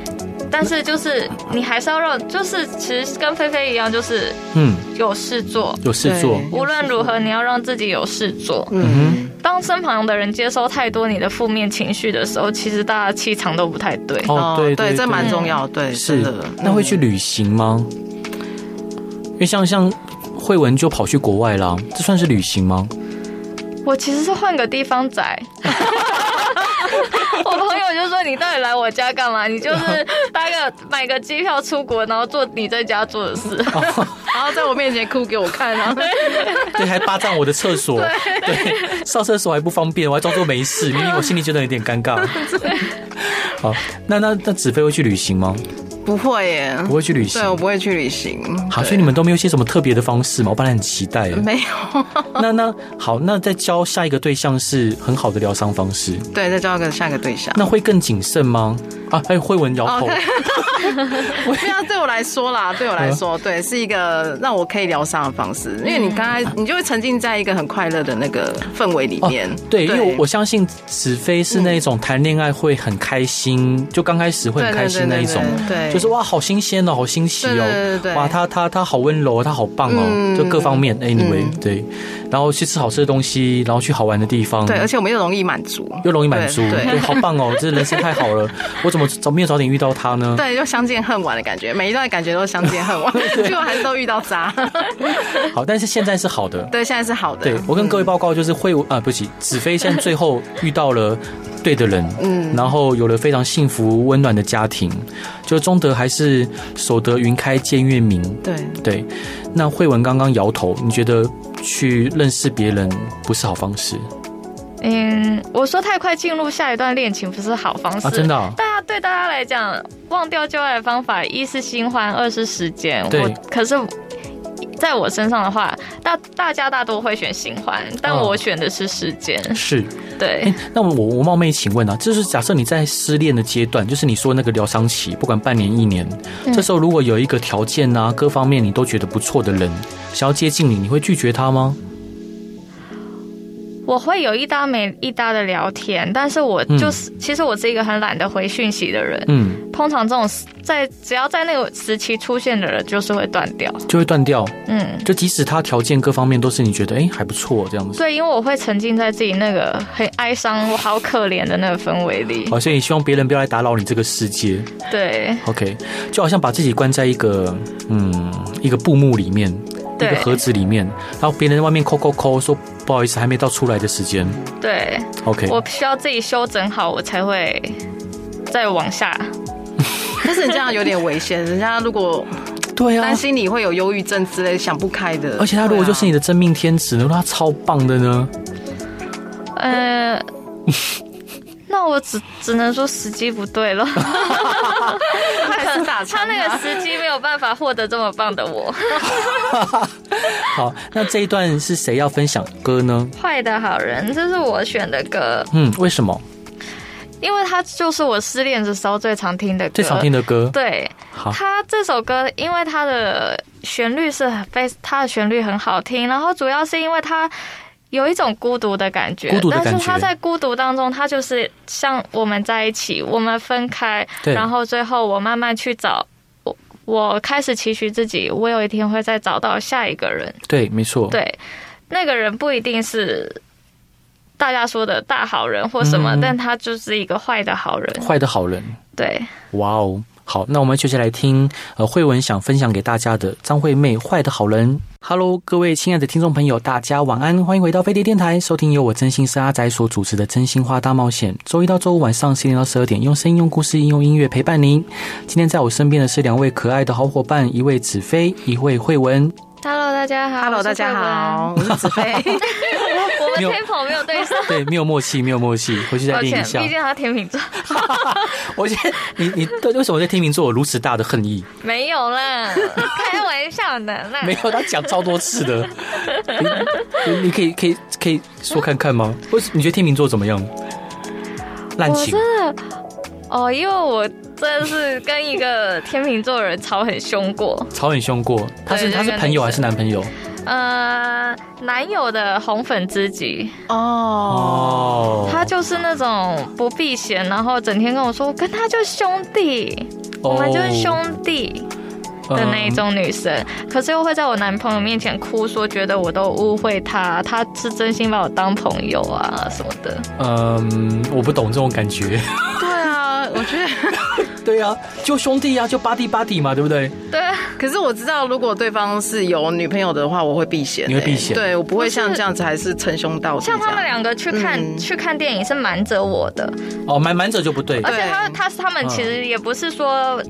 Speaker 2: 但是就是你还是要让，就是其实跟菲菲一样，就是
Speaker 1: 嗯，
Speaker 2: 有事做。
Speaker 1: 有事做，
Speaker 3: 对
Speaker 2: 无论如何，你要让自己有事做。
Speaker 1: 嗯
Speaker 2: 当身旁的人接收太多你的负面情绪的时候，其实大家气场都不太对。
Speaker 1: 哼，哦，对对，
Speaker 3: 这蛮
Speaker 1: 对
Speaker 3: 重要，对，
Speaker 1: 是
Speaker 3: 真的。
Speaker 1: 那会去旅行吗？因为像像慧文就跑去国外啦，这算是旅行
Speaker 3: (laughs)
Speaker 1: 吗？
Speaker 2: 我其实是换个地方宅。 (laughs) 我朋友就说：“你到底来我家干嘛？你就是搭个买个机票出国，然后做你在家做的事。
Speaker 1: 哦
Speaker 3: 然后嗯在我面前哭给我看，
Speaker 1: (laughs)
Speaker 3: 啊然后
Speaker 1: 对，还霸占我的厕所，对，上厕所还不方便，我还装作没
Speaker 3: (laughs)
Speaker 1: 事，明明我心里觉得有点尴尬。好，那那那子飞会去旅行吗？
Speaker 3: 不会耶，
Speaker 1: 不会去旅行
Speaker 3: 对，。我不会去旅行。
Speaker 1: 好，
Speaker 3: 对
Speaker 1: 所以你们都没有一些什么特别的方式吗？我本来很期待耶。
Speaker 3: 没有？ (laughs)
Speaker 1: 那那好，那再教下一个对象是很好的疗伤方式，
Speaker 3: 对，再交个下一个对象。
Speaker 1: 那会更谨慎吗？啊，还有慧文摇头，
Speaker 3: 哦 (laughs) 不要对我来说啦，对我来
Speaker 1: 嗯
Speaker 3: 说，对，是一个让我可以疗伤的方式，因为你刚
Speaker 1: 嗯
Speaker 3: 才你就会沉浸在一个很快乐的那个氛围里面。
Speaker 1: 哦对，因为我我相信子飞是那种谈恋爱会很开心，就刚开始会很开心那一种，
Speaker 3: 对对对对对
Speaker 1: 就是哇，好新鲜哦，好新奇
Speaker 3: 对对对
Speaker 1: 哦
Speaker 3: 对，对
Speaker 1: 哇，他他他好温柔，他好棒哦，
Speaker 3: 嗯
Speaker 1: 就各方面，anyway，对，然后去吃好吃的东西，然后去好玩的地方，
Speaker 3: 对，而且我们又容易满足，
Speaker 1: 又容易满足，
Speaker 3: 对
Speaker 1: 对，
Speaker 3: 对
Speaker 1: 好棒哦，这人生太好了，我怎么早没有早点遇到他呢？
Speaker 3: 对，就相见恨晚的感觉，每一段感觉都相见恨
Speaker 1: (laughs)
Speaker 3: 晚，结果还是都遇到渣。 (laughs)
Speaker 1: 好，但是现在是好的，
Speaker 3: 对，现在是好的。
Speaker 2: 啊
Speaker 1: 对我跟各位报告，就是会啊，不起，子飞现在最后遇到了对的
Speaker 2: (laughs)
Speaker 1: 人，嗯，然后有了非常幸福温暖的家庭，就终得还是守得云开见月明。
Speaker 3: 对，
Speaker 1: 对，那慧文刚刚摇头，你觉得去认识别人不是好方式
Speaker 2: 嗯，我说太快进入下一段恋情不是好方式。
Speaker 1: 啊？真的、啊，
Speaker 2: 大家对大家来讲，忘掉旧爱的方法，一是新欢，二是时间。
Speaker 1: 对
Speaker 2: 我可是，在我身上的话，大大家大多会选新欢，但
Speaker 1: 哦
Speaker 2: 我选的是时间。
Speaker 1: 是。
Speaker 2: 对，
Speaker 1: 哎，那我我冒昧请问啊，就是假设你在失恋的阶段，就是你说那个疗伤期，不管半年一年，这时候如果有一个条件啊，各方面你都觉得不错的人想要接近你，你会拒绝他吗？
Speaker 2: 我会有一搭没一搭的聊天，但是我就是，其实我是一个很懒得回讯息的人。
Speaker 1: 嗯，
Speaker 2: 通常这种在只要在那个时期出现的人，就是会断掉。
Speaker 1: 就会断掉。
Speaker 2: 嗯，
Speaker 1: 就即使他条件各方面都是你觉得哎、诶还不错这样子，
Speaker 2: 对，因为我会沉浸在自己那个很哀伤、我好可怜的那个氛围里。
Speaker 1: 好，所以希望别人不要来打扰你这个世界。
Speaker 2: 对
Speaker 1: OK，就好像把自己关在一个嗯一个布幕里面，一
Speaker 2: 对
Speaker 1: 个盒子里面，然后别人在外面扣扣扣说不好意思，还没到出来的时间。
Speaker 2: 对，
Speaker 1: OK，
Speaker 2: 我需要自己修整好，我才会再往下。
Speaker 1: (laughs)
Speaker 3: 但是你这样有点危险，人家如果
Speaker 1: 对啊
Speaker 3: 担，心你会有忧郁症之类想不开的。
Speaker 1: 而且他如果就是你的真命天子呢，他超棒的呢。
Speaker 2: 呃，
Speaker 1: (laughs)
Speaker 2: 那我只只能说时机不
Speaker 1: (laughs)
Speaker 2: 对了，
Speaker 3: 对啊，他还是打
Speaker 2: 他那个时机没有办法获得这么棒的我。
Speaker 1: 好，那这一段是谁要分享歌呢？
Speaker 2: 坏的好人，这是我选的歌，
Speaker 1: 嗯，为什么
Speaker 2: 因为它就是我失恋的时候最常听的歌。
Speaker 1: 最常听的歌？
Speaker 2: 呃对，
Speaker 1: 好，
Speaker 2: 它这首歌，因为它的旋律是很非，它的旋律很好听，然后主要是因为它有一种孤独的感觉，
Speaker 1: 孤独的感觉
Speaker 2: 但是它在孤独当中，它就是像我们在一起，我们分开，
Speaker 1: 对
Speaker 2: 然后最后我慢慢去找。我我开始期许自己，我有一天会再找到下一个人。
Speaker 1: 对，没错，，
Speaker 2: 对，那个人不一定是大家说的大好人或什么，
Speaker 1: 嗯
Speaker 2: 但他就是一个坏的好人。
Speaker 1: 坏的好人，
Speaker 2: 对，
Speaker 1: 哇哦。好，那我们接下来听，呃，慧文想分享给大家的张惠妹《坏的好人》。Hello，各位亲爱的听众朋友，大家晚安，欢迎回到飞碟电台，收听由我真心是阿仔所主持的《真心话大冒险》。周一到周五晚上十点到十二点，用声音、用故事、用音乐陪伴您。今天在我身边的是两位可爱的好伙伴，一位子飞，一位慧文。
Speaker 2: Hello，大家好。
Speaker 3: Hello，
Speaker 2: 我是
Speaker 3: 大家
Speaker 2: 慧文
Speaker 3: 好，我是子飞。
Speaker 2: 我们
Speaker 1: 没有
Speaker 2: tempo 没有对上，
Speaker 1: 对，没有默契，没有默契，回去 (laughs) 再
Speaker 2: 抱
Speaker 1: 练
Speaker 2: 歉
Speaker 1: 一，下
Speaker 2: 毕。竟他天秤座， (laughs)
Speaker 1: (laughs) 我觉得你你对为什么对天秤座有如此大的恨意？
Speaker 2: 没
Speaker 1: (laughs)
Speaker 2: 有啦，开玩笑的 (laughs) 啦。
Speaker 1: 没有，他讲超多次的。你你你可以可以可以说看看吗？为什你觉得天秤座怎么样？滥
Speaker 2: 我
Speaker 1: 情
Speaker 2: 真的哦，因为我真的是跟一个天秤座的人吵很凶过，
Speaker 1: 吵很凶过，他是
Speaker 2: 对
Speaker 1: 他是
Speaker 2: 那个
Speaker 1: 朋友
Speaker 2: 女
Speaker 1: 还是男朋友？
Speaker 2: 呃，男友的红粉知己，
Speaker 3: 哦，
Speaker 1: 哦，
Speaker 2: 他就是那种不避嫌，然后整天跟我说我跟他就是兄弟，
Speaker 1: 哦
Speaker 2: 我们就是兄弟的那一种女生，可是又会在我男朋友面前哭，说觉得我都误会他，他是真心把我当朋友啊什么的。
Speaker 1: 嗯。嗯，我不懂这种感觉。 (laughs)
Speaker 3: 对啊，我觉得， (laughs)
Speaker 1: 对啊，就兄弟啊，就 buddy buddy 嘛，对不对？
Speaker 2: 对，
Speaker 3: 可是我知道，如果对方是有女朋友的话，我会避嫌欸。
Speaker 1: 你会避嫌
Speaker 3: 对我不会
Speaker 2: 不是
Speaker 3: 像这样子，还是称兄道弟这
Speaker 2: 像
Speaker 3: 样。
Speaker 2: 他们两个去看、
Speaker 3: 嗯
Speaker 2: 去看电影是瞒着我的，
Speaker 1: 哦，瞒瞒着就不对
Speaker 2: 而，且他他他们其实也不是说。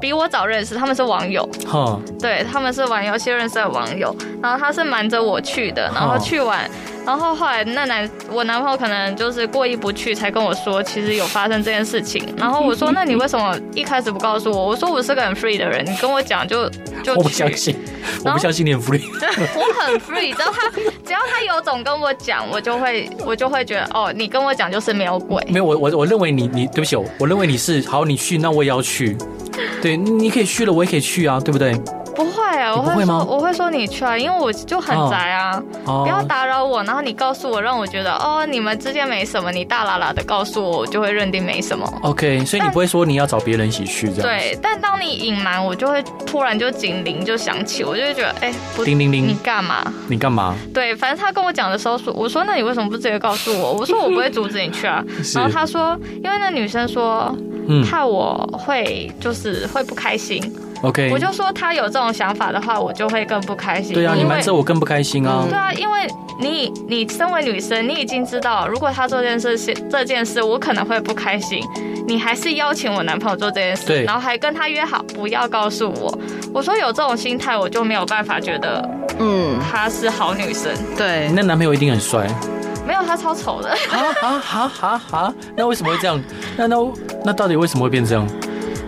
Speaker 2: 比我早认识，他们是网友，
Speaker 1: 哼，
Speaker 2: 对，他们是玩游戏认识的网友。然后他是瞒着我去
Speaker 1: 哦
Speaker 2: 的，然后去玩，然后后来那男我男朋友可能就是过意不去，才跟我说其实有发生这件事情。然后我
Speaker 1: (laughs)
Speaker 2: 说那你为什么一开始不告诉我？我说我是个很 free 的人，你跟我讲就就
Speaker 1: 我不
Speaker 2: 去
Speaker 1: 相。信，我
Speaker 2: 然
Speaker 1: 不
Speaker 2: 后
Speaker 1: 相信你很福利。 (laughs)
Speaker 2: (laughs) 我很 free，只要他只要他有种跟我讲，我就会我就会觉得哦，你跟我讲就是没有鬼。
Speaker 1: 没有，我我我认为你你对不起，哦我我认为你是好，你去那我也要去，对，你你可以去了，我也可以去啊，对不对？
Speaker 2: 不会啊，
Speaker 1: 你
Speaker 2: 我
Speaker 1: 不会吗
Speaker 2: 说我会说你去啊，因为我就很宅啊，
Speaker 1: 哦
Speaker 2: 不要打扰我。然后你告诉我，让我觉得哦，你们之间没什么，你大喇喇的告诉我，我就会认定没什么。
Speaker 1: OK，所以你不会说你要找别人一起去这样？，
Speaker 2: 对，但当你隐瞒，我就会突然就警铃就响起，我就会觉得哎、不
Speaker 1: 叮铃
Speaker 2: 你
Speaker 1: 铃，
Speaker 2: 干嘛？
Speaker 1: 你干嘛？
Speaker 2: 对，反正他跟我讲的时候说，我说那你为什么不直接告诉我？我说我不会阻止你去啊。
Speaker 1: (laughs) 是
Speaker 2: 然后他说，因为那女生说
Speaker 1: 嗯
Speaker 2: 怕我会就是会不开心，
Speaker 1: ，OK，
Speaker 2: 我就说他有这种想法的话，我就会更不开心。
Speaker 1: 对啊，你
Speaker 2: 因为
Speaker 1: 瞒着我更不开心啊
Speaker 2: 对。啊，因为你你身为女生，你已经知道，如果他做这件事情这件事，我可能会不开心。你还是邀请我男朋友做这件事
Speaker 1: 对，
Speaker 2: 然后还跟他约好不要告诉我。我说有这种心态，我就没有办法觉得
Speaker 3: 嗯，
Speaker 2: 她是好女生。
Speaker 3: 对
Speaker 1: 你，那男朋友一定很帅
Speaker 2: 没有，她超丑的。
Speaker 1: 啊啊啊啊啊！那为什么会这样？那那那到底为什么会变这样？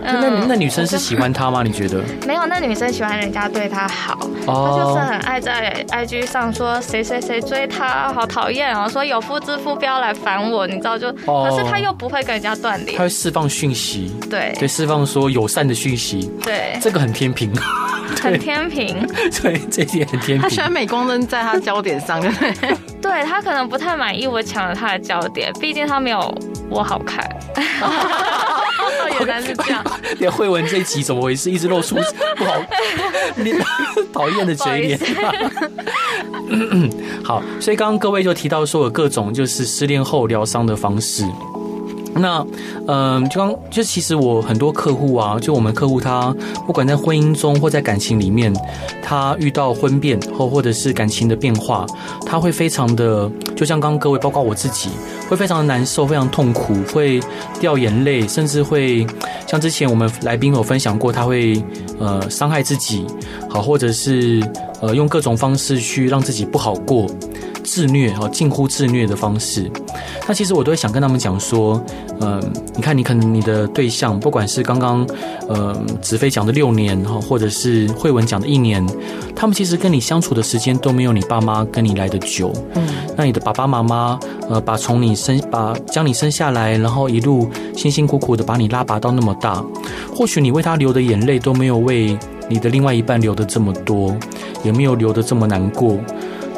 Speaker 2: 嗯
Speaker 1: 那那那女生是喜欢他吗？你觉得？
Speaker 2: (laughs)
Speaker 1: 哦
Speaker 2: 没有，那女生喜欢人家对她好，她就是很爱在 IG 上说谁谁谁追她，好讨厌哦，说有夫之妇不要来烦我，你知道就，
Speaker 1: 哦
Speaker 2: 可是她又不会跟人家断
Speaker 1: 她
Speaker 2: 联，
Speaker 1: 会释放讯息，
Speaker 2: 对
Speaker 1: 对，释放说友善的讯息，
Speaker 2: 对，
Speaker 1: 这个很天平， (laughs)
Speaker 2: 很天平，
Speaker 1: 对，这一点很天
Speaker 3: 他喜
Speaker 1: 平。
Speaker 3: 欢镁光灯在他焦点上，对不对？
Speaker 2: 对她可能不太满意我抢了她的焦点，毕竟她没有我好看，哦原来是这样，
Speaker 1: 连慧文这一集怎么回事？一直露
Speaker 2: (laughs)
Speaker 1: 出不好、你讨厌的
Speaker 2: 不好
Speaker 1: 嘴
Speaker 2: 意
Speaker 1: 脸
Speaker 2: 思。，
Speaker 1: (laughs) 好，所以刚刚各位就提到说有各种就是失恋后疗伤的方式。那，嗯、就刚就其实我很多客户啊，就我们客户他不管在婚姻中或在感情里面，他遇到婚变或或者是感情的变化，他会非常的，就像刚刚各位，包括我自己，会非常的难受，非常痛苦，会掉眼泪，甚至会像之前我们来宾有分享过，他会呃伤害自己，好，或者是呃用各种方式去让自己不好过，自虐哦，近乎自虐的方式。那其实我都会想跟他们讲说，嗯、你看你可能你的对象，不管是刚刚呃子飞讲的六年，哈或者是慧文讲的一年，他们其实跟你相处的时间都没有你爸妈跟你来的久。
Speaker 3: 嗯，
Speaker 1: 那你的爸爸妈妈，呃，把从你生把将你生下来，然后一路辛辛苦苦的把你拉拔到那么大，或许你为他流的眼泪都没有为你的另外一半流的这么多，也没有流的这么难过。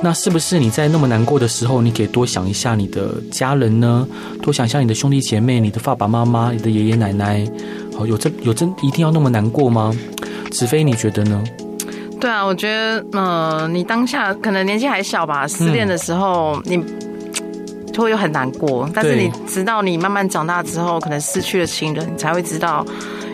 Speaker 1: 那是不是你在那么难过的时候，你可以多想一下你的家人呢？多想一下你的兄弟姐妹、你的爸爸妈妈、你的爷爷奶奶。好，有这有真一定要那么难过吗？子飞，你觉得呢？
Speaker 3: 对啊，我觉得，呃，你当下可能年纪还小
Speaker 1: 嗯
Speaker 3: 吧，失恋的时候、你。就会有很难过，但是
Speaker 1: 对
Speaker 3: 你直到你慢慢长大之后，可能失去了亲人，你才会知道，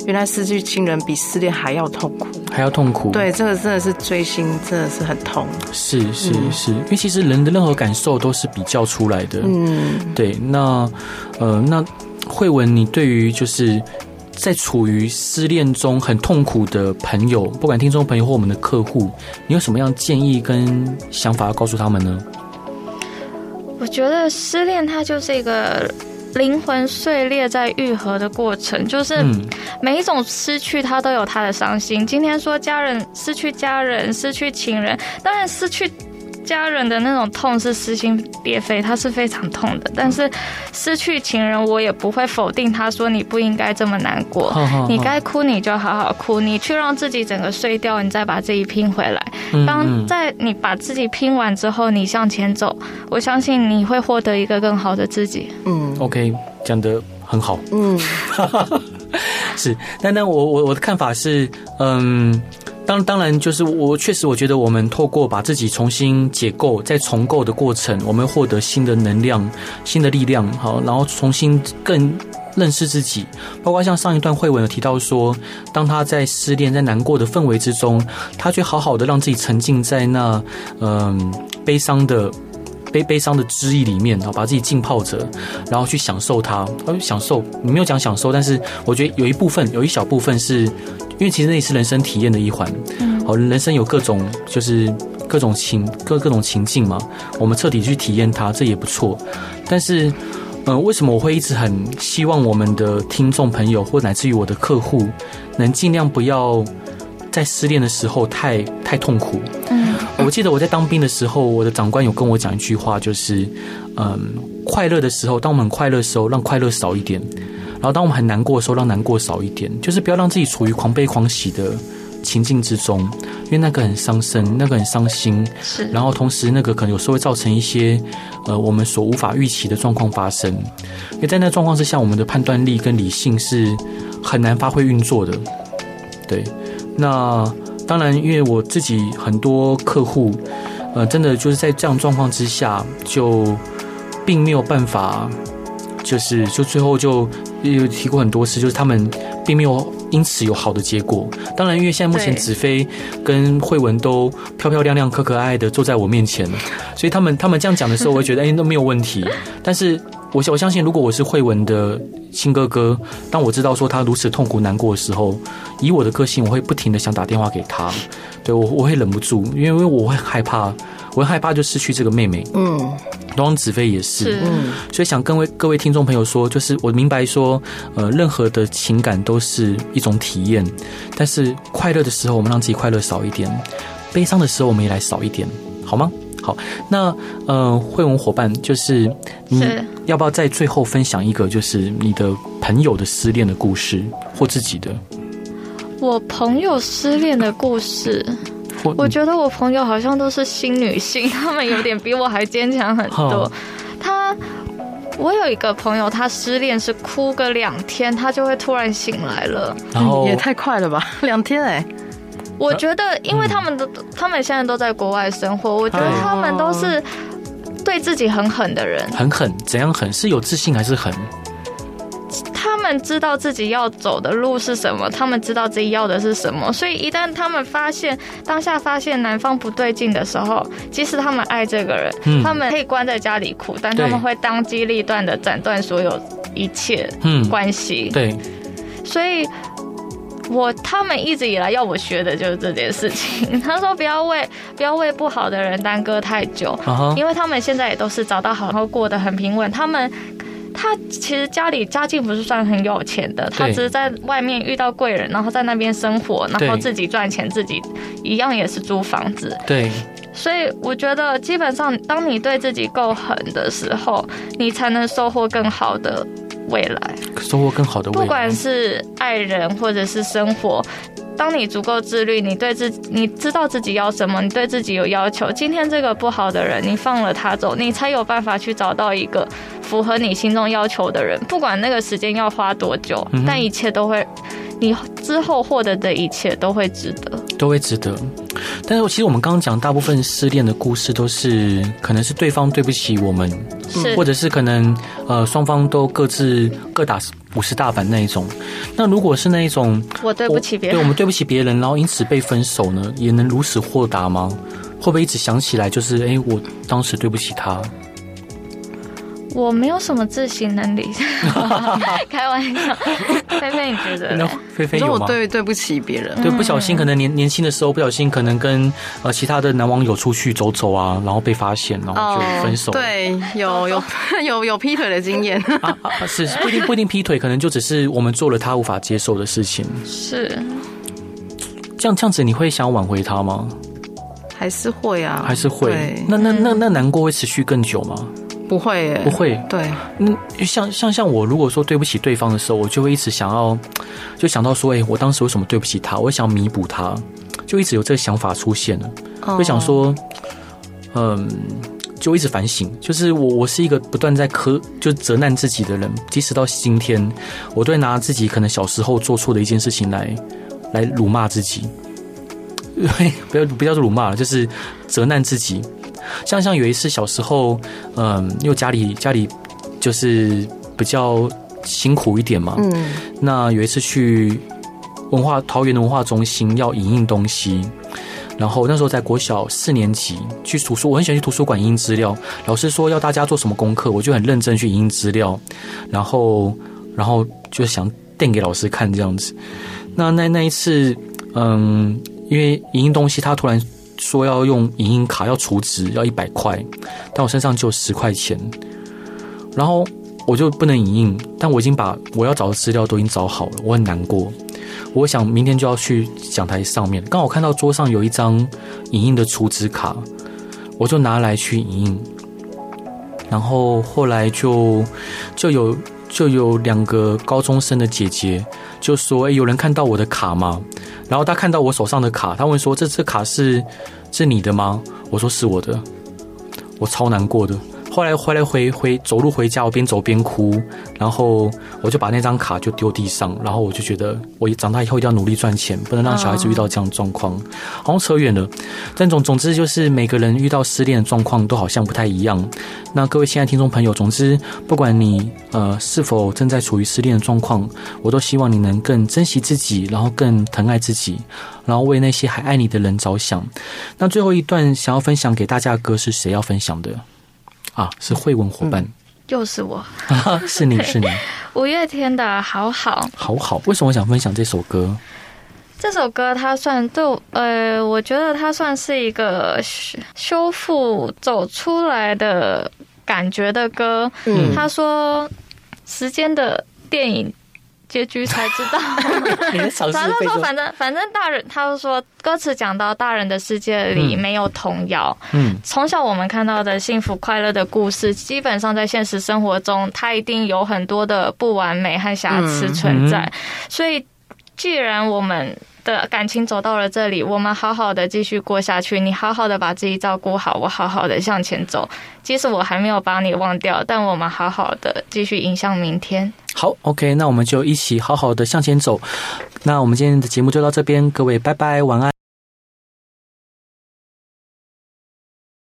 Speaker 3: 原来失去亲人比失恋还要痛苦。
Speaker 1: 还要痛苦？，
Speaker 3: 对，这个真的是追星，真的是很痛。
Speaker 1: 是是是，因为其实人的任何感受都是比较出来的。
Speaker 3: 嗯，
Speaker 1: 对，那呃，那慧文，你对于就是在处于失恋中很痛苦的朋友，不管听众朋友或我们的客户，你有什么样的建议跟想法要告诉他们呢？
Speaker 2: 我觉得失恋它就是一个灵魂碎裂在愈合的过程，就是
Speaker 1: 嗯
Speaker 2: 每一种失去它都有它的伤心。今天说家人失去家人，失去情人，当然失去。家人的那种痛是撕心裂肺，它是非常痛的。但是失去情人，我也不会否定他说你不应该这么难过。
Speaker 1: 好好好
Speaker 2: 你该哭你就好好哭，你去让自己整个碎掉，你再把自己拼回来。
Speaker 1: 嗯
Speaker 2: 当
Speaker 1: 嗯
Speaker 2: 在你把自己拼完之后，你向前走，我相信你会获得一个更好的自己。
Speaker 3: 嗯
Speaker 1: OK 讲的很好。
Speaker 3: 嗯，
Speaker 1: 是，但但我我我的看法是，嗯，当当然就是我确实我觉得我们透过把自己重新解构、再重构的过程，我们获得新的能量、新的力量，好，然后重新更。认识自己，包括像上一段慧文有提到说，当他在失恋、在难过的氛围之中，他却好好的让自己沉浸在那嗯悲伤的悲悲伤的汁液里面，然后把自己浸泡着，然后去享受它。呃，享受，你没有讲享受，但是我觉得有一部分，有一小部分是，因为其实那也是人生体验的一环。
Speaker 2: 嗯
Speaker 1: 好，人生有各种就是各种情各各种情境嘛，我们彻底去体验它，这也不错。但是，嗯、为什么我会一直很希望我们的听众朋友，或乃至于我的客户，能尽量不要在失恋的时候太太痛苦。
Speaker 2: 嗯
Speaker 1: 我记得我在当兵的时候，我的长官有跟我讲一句话，就是，嗯，快乐的时候，当我们很快乐的时候，让快乐少一点；然后当我们很难过的时候，让难过少一点，就是不要让自己处于狂悲狂喜的情境之中，因为那个很伤身，那个很伤心，
Speaker 2: 是，
Speaker 1: 然后同时那个可能有时候会造成一些，呃，我们所无法预期的状况发生，因为在那状况之下，我们的判断力跟理性是很难发挥运作的。对，那当然，因为我自己很多客户，呃，真的就是在这样状况之下，就并没有办法，就是就最后就有提过很多次，就是他们并没有因此有好的结果。当然，因为现在目前
Speaker 2: 对
Speaker 1: 子飞跟慧文都漂漂亮亮、可可爱爱的坐在我面前，所以他们他们这样讲的时候，我会觉得哎，那没有问题。但是我我相信，如果我是慧文的亲哥哥，当我知道说他如此痛苦难过的时候，以我的个性，我会不停的想打电话给他，对我我会忍不住，因为我会害怕，我会害怕就失去这个妹妹。
Speaker 3: 嗯
Speaker 1: 同样子飞也是，
Speaker 2: 是
Speaker 3: 嗯，
Speaker 1: 所以想跟各位各位听众朋友说，就是我明白说，呃，任何的情感都是一种体验，但是快乐的时候我们让自己快乐少一点，悲伤的时候我们也来少一点，好吗？好，那呃，慧文伙伴，就是你
Speaker 2: 是
Speaker 1: 要不要在最后分享一个，就是你的朋友的失恋的故事，或自己的，
Speaker 2: 我朋友失恋的故事，
Speaker 1: 或
Speaker 2: 我觉得我朋友好像都是新女性，她们有点比我还坚强很
Speaker 1: 好
Speaker 2: 多。她，我有一个朋友，她失恋是哭个两天，她就会突然醒来了。
Speaker 1: 然后
Speaker 3: 也太快了吧， (laughs) 两天哎、
Speaker 2: 我觉得，因为他们的、他们现在都在国外生活，我觉得
Speaker 1: 哎
Speaker 2: 他们都是对自己很狠的人。
Speaker 1: 很狠，怎样狠？是有自信还是狠？
Speaker 2: 们知道自己要走的路是什么，他们知道自己要的是什么，所以一旦他们发现当下发现男方不对劲的时候，即使他们爱这个人，
Speaker 1: 嗯
Speaker 2: 他们可以关在家里哭，但他
Speaker 1: 对
Speaker 2: 们会当机立断的斩断所有一切
Speaker 1: 嗯，
Speaker 2: 关系。
Speaker 1: 对，
Speaker 2: 所以我他们一直以来要我学的就是这件事情。 (laughs) 他说不要为不要为不好的人耽搁太久，
Speaker 1: 啊哈，
Speaker 2: 因为他们现在也都是找到好，然后过得很平稳。他们他其实家里家境不是算很有钱的，他
Speaker 1: 对
Speaker 2: 只是在外面遇到贵人，然后在那边生活，然后
Speaker 1: 对
Speaker 2: 自己赚钱，自己一样也是租房子。
Speaker 1: 对，
Speaker 2: 所以我觉得，基本上当你对自己够狠的时候，你才能收获更好的未来。
Speaker 1: 收获更好的未来。
Speaker 2: 不管是爱人或者是生活，当你足够自律，你对自你知道自己要什么，你对自己有要求。今天这个不好的人，你放了他走，你才有办法去找到一个符合你心中要求的人。不管那个时间要花多久，
Speaker 1: 嗯哼
Speaker 2: 但一切都会，你之后获得的一切都会值得。
Speaker 1: 都会值得。但是其实我们刚刚讲，大部分失恋的故事都是可能是对方对不起我们，
Speaker 2: 是
Speaker 1: 或者是可能呃双方都各自各打五十大板那一种。那如果是那一种
Speaker 2: 我对不起别
Speaker 1: 对我
Speaker 2: 人，
Speaker 1: 们对不起别人，然后因此被分手呢，也能如此豁达吗？会不会一直想起来就是哎，我当时对不起他？
Speaker 2: 我没有什么自省能力， (laughs) 开玩笑。菲菲，你觉得
Speaker 1: (laughs) 那
Speaker 2: 呢？
Speaker 1: 菲菲
Speaker 3: 你说
Speaker 1: 有
Speaker 3: 我
Speaker 1: 吗？
Speaker 3: 对对不起别人，
Speaker 1: 对，不小心可能年年轻的时候，不小心可能跟呃其他的男网友出去走走啊，然后被发现，然后就分手了。
Speaker 3: 哦对，有有 (laughs) 有有劈腿的经验， (laughs)
Speaker 1: 啊啊，啊 (laughs) 是是不一定不一定劈腿，可能就只是我们做了他无法接受的事情。
Speaker 2: 是
Speaker 1: 这样这样子，你会想挽回他吗？
Speaker 3: 还是会啊，
Speaker 1: 还是会
Speaker 3: 对？
Speaker 1: 那那那那难过会持续更久吗？
Speaker 3: 不会耶
Speaker 1: 不，会。
Speaker 3: 对，
Speaker 1: 嗯，像像像我，如果说对不起对方的时候，我就会一直想要，就想到说，哎、我当时为什么对不起他？我想弥补他，就一直有这个想法出现了。会
Speaker 3: 会
Speaker 1: 想说，嗯，就一直反省，就是我我是一个不断在苛就责难自己的人，即使到今天，我都会拿自己可能小时候做错的一件事情来来辱骂自己， (laughs) 不要不要说辱骂了，就是责难自己。像像有一次小时候，嗯，因为家里家里就是比较辛苦一点嘛，
Speaker 3: 嗯，
Speaker 1: 那有一次去文化桃园的文化中心要影印东西，然后那时候在国小四年级去图书，我很喜欢去图书馆影印资料。老师说要大家做什么功课，我就很认真去影印资料，然后然后就想垫给老师看这样子。那那那一次，嗯，因为影印东西他突然说要用影印卡要储值要一百块，但我身上只有十块钱，然后我就不能影印，但我已经把我要找的资料都已经找好了，我很难过。我想明天就要去讲台上面，刚好看到桌上有一张影印的储值卡，我就拿来去影印。然后后来就就有就有两个高中生的姐姐就说：“哎，有人看到我的卡吗？”然后她看到我手上的卡，她问说：“这这卡是是你的吗？”我说：“是我的。”我超难过的。后来回来回回走路回家，我边走边哭，然后我就把那张卡就丢地上，然后我就觉得我长大以后一定要努力赚钱，不能让小孩子遇到这样的状况。好像扯远了，但总总之就是每个人遇到失恋的状况都好像不太一样。那各位亲爱的听众朋友，总之不管你呃是否正在处于失恋的状况，我都希望你能更珍惜自己，然后更疼爱自己，然后为那些还爱你的人着想。那最后一段想要分享给大家的歌是谁要分享的？啊，是慧文伙伴，
Speaker 2: 又是我，
Speaker 1: 啊， (laughs) 是你是你，
Speaker 2: 五月天的好好。
Speaker 1: 好好。为什么我想分享这首歌？
Speaker 2: 这首歌它算对我，呃，我觉得它算是一个修呃修复走出来的感觉的歌。
Speaker 1: 嗯
Speaker 2: 他说，时间的电影结局才知
Speaker 1: (laughs)
Speaker 2: 道。
Speaker 1: 你的尝
Speaker 2: 反正他说，反正反正大人，他就说歌词讲到大人的世界里
Speaker 1: 嗯
Speaker 2: 没有童谣，
Speaker 1: 嗯，
Speaker 2: 从小我们看到的幸福快乐的故事，基本上在现实生活中，它一定有很多的不完美和瑕疵存在。
Speaker 1: 嗯
Speaker 2: 所以，既然我们的感情走到了这里，我们好好的继续过下去，你好好的把自己照顾好，我好好的向前走。即使我还没有把你忘掉，但我们好好的继续迎向明天。
Speaker 1: 好，OK，那我们就一起好好的向前走。那我们今天的节目就到这边，各位拜拜，晚安。